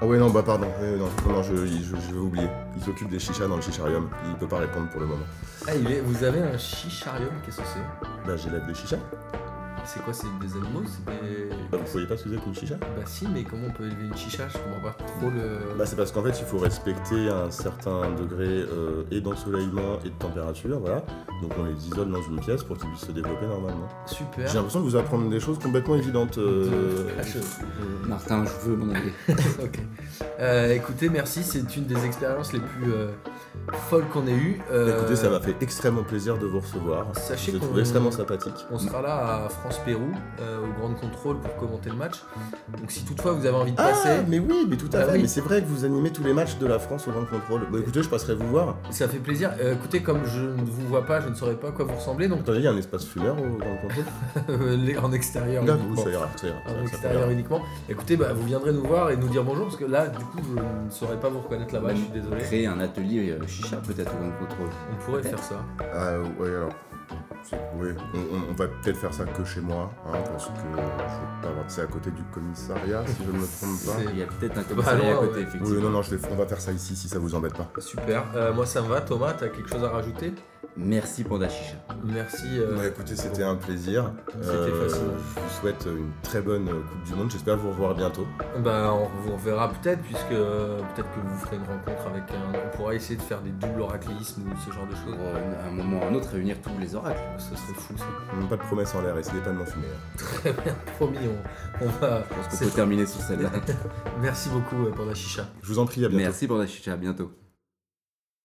Speaker 4: Ah ouais non bah pardon, Euh, non, non, non, je, je, je vais oublier. Il s'occupe des chichas dans le chicharium, il peut pas répondre pour le moment.
Speaker 2: Ah, il est- vous avez un chicharium, qu'est-ce que c'est
Speaker 4: Bah j'élève des chichas
Speaker 2: C'est quoi C'est des animaux C'est des.
Speaker 4: Bah vous voyez pas ce que c'est qu'une chicha
Speaker 2: Bah si, mais comment on peut élever une chicha Je comprends pas trop le.
Speaker 4: Bah c'est parce qu'en fait il faut respecter un certain degré euh, et d'ensoleillement et de température, voilà. Donc on les isole dans une pièce pour qu'ils puissent se développer normalement.
Speaker 2: Super.
Speaker 4: J'ai l'impression de vous apprendre des choses complètement évidentes. euh,
Speaker 2: Ah, je-
Speaker 1: Martin, je veux mon avis.
Speaker 2: Ok. Euh, écoutez, merci. C'est une des expériences les plus euh, folles qu'on ait eues. Euh,
Speaker 4: Écoutez, ça m'a fait extrêmement plaisir de vous recevoir.
Speaker 2: Sachez
Speaker 4: je vous ai
Speaker 2: qu'on-
Speaker 4: trouvé extrêmement sympathique.
Speaker 2: On sera là à France-Pérou, euh, au Grand Contrôle, pour commenter le match. Donc si toutefois vous avez envie de
Speaker 4: Ah,
Speaker 2: passer,
Speaker 4: mais Bah oui, mais tout à
Speaker 2: Ah
Speaker 4: fait.
Speaker 2: oui.
Speaker 4: Mais c'est vrai que vous animez tous les matchs de la France au Grand Contrôle. Bah écoutez, je passerai vous voir.
Speaker 2: ça fait plaisir. Euh, écoutez, comme je ne vous vois pas, je ne saurais pas à quoi vous ressemblez, donc
Speaker 4: Attendez, il y a un espace fumeur au Grand Contrôle
Speaker 2: les- en extérieur
Speaker 4: D'accord,
Speaker 2: uniquement.
Speaker 4: ça ira, ça ira. ça-
Speaker 2: En
Speaker 4: ça
Speaker 2: extérieur
Speaker 4: ira.
Speaker 2: uniquement. Écoutez, bah, vous viendrez nous voir et nous dire bonjour, parce que là, du coup, je ne saurais pas vous reconnaître là-bas, je suis désolé.
Speaker 1: Créer un atelier euh, chicha peut-être au Grand Contrôle.
Speaker 2: On pourrait faire ça.
Speaker 4: Ah ouais, alors. c'est- ouais, on, on- on va peut-être faire ça que chez moi, hein, parce que je veux pas avoir c'est à côté du commissariat, si je ne me trompe pas.
Speaker 2: C'est-
Speaker 1: Il y a peut-être un
Speaker 2: loin,
Speaker 1: commissariat à
Speaker 2: ouais.
Speaker 1: côté,
Speaker 4: Bah, Oui,
Speaker 1: effectivement.
Speaker 4: non, non, je vais- on va faire ça ici, si ça vous embête pas.
Speaker 2: Super. Euh, moi, ça me va. Thomas, t'as quelque chose à rajouter
Speaker 1: Merci Panda Chicha.
Speaker 2: Merci. euh,
Speaker 4: Bah, écoutez, c'était un plaisir.
Speaker 2: C'était
Speaker 4: Euh,
Speaker 2: fascinant.
Speaker 4: Je vous souhaite une très bonne euh, Coupe du Monde. J'espère vous revoir bientôt.
Speaker 2: Bah, on vous reverra peut-être, puisque euh, peut-être que vous ferez une rencontre avec un. On pourra essayer de faire des doubles oracléismes ou ce genre de
Speaker 1: Pour
Speaker 2: choses.
Speaker 1: euh, à un moment ou à un autre réunir tous les oracles.
Speaker 2: Ce serait fou, ça.
Speaker 4: Hum, Pas de promesses en l'air, essayez pas de m'en fumer. hein.
Speaker 2: Promis, on, on va.
Speaker 1: Je pense qu'on
Speaker 2: c'est-
Speaker 1: peut terminer sur celle-là.
Speaker 2: Merci beaucoup euh, pour la chicha.
Speaker 4: Je vous en prie, à bientôt.
Speaker 1: Merci Panda Chicha, à bientôt.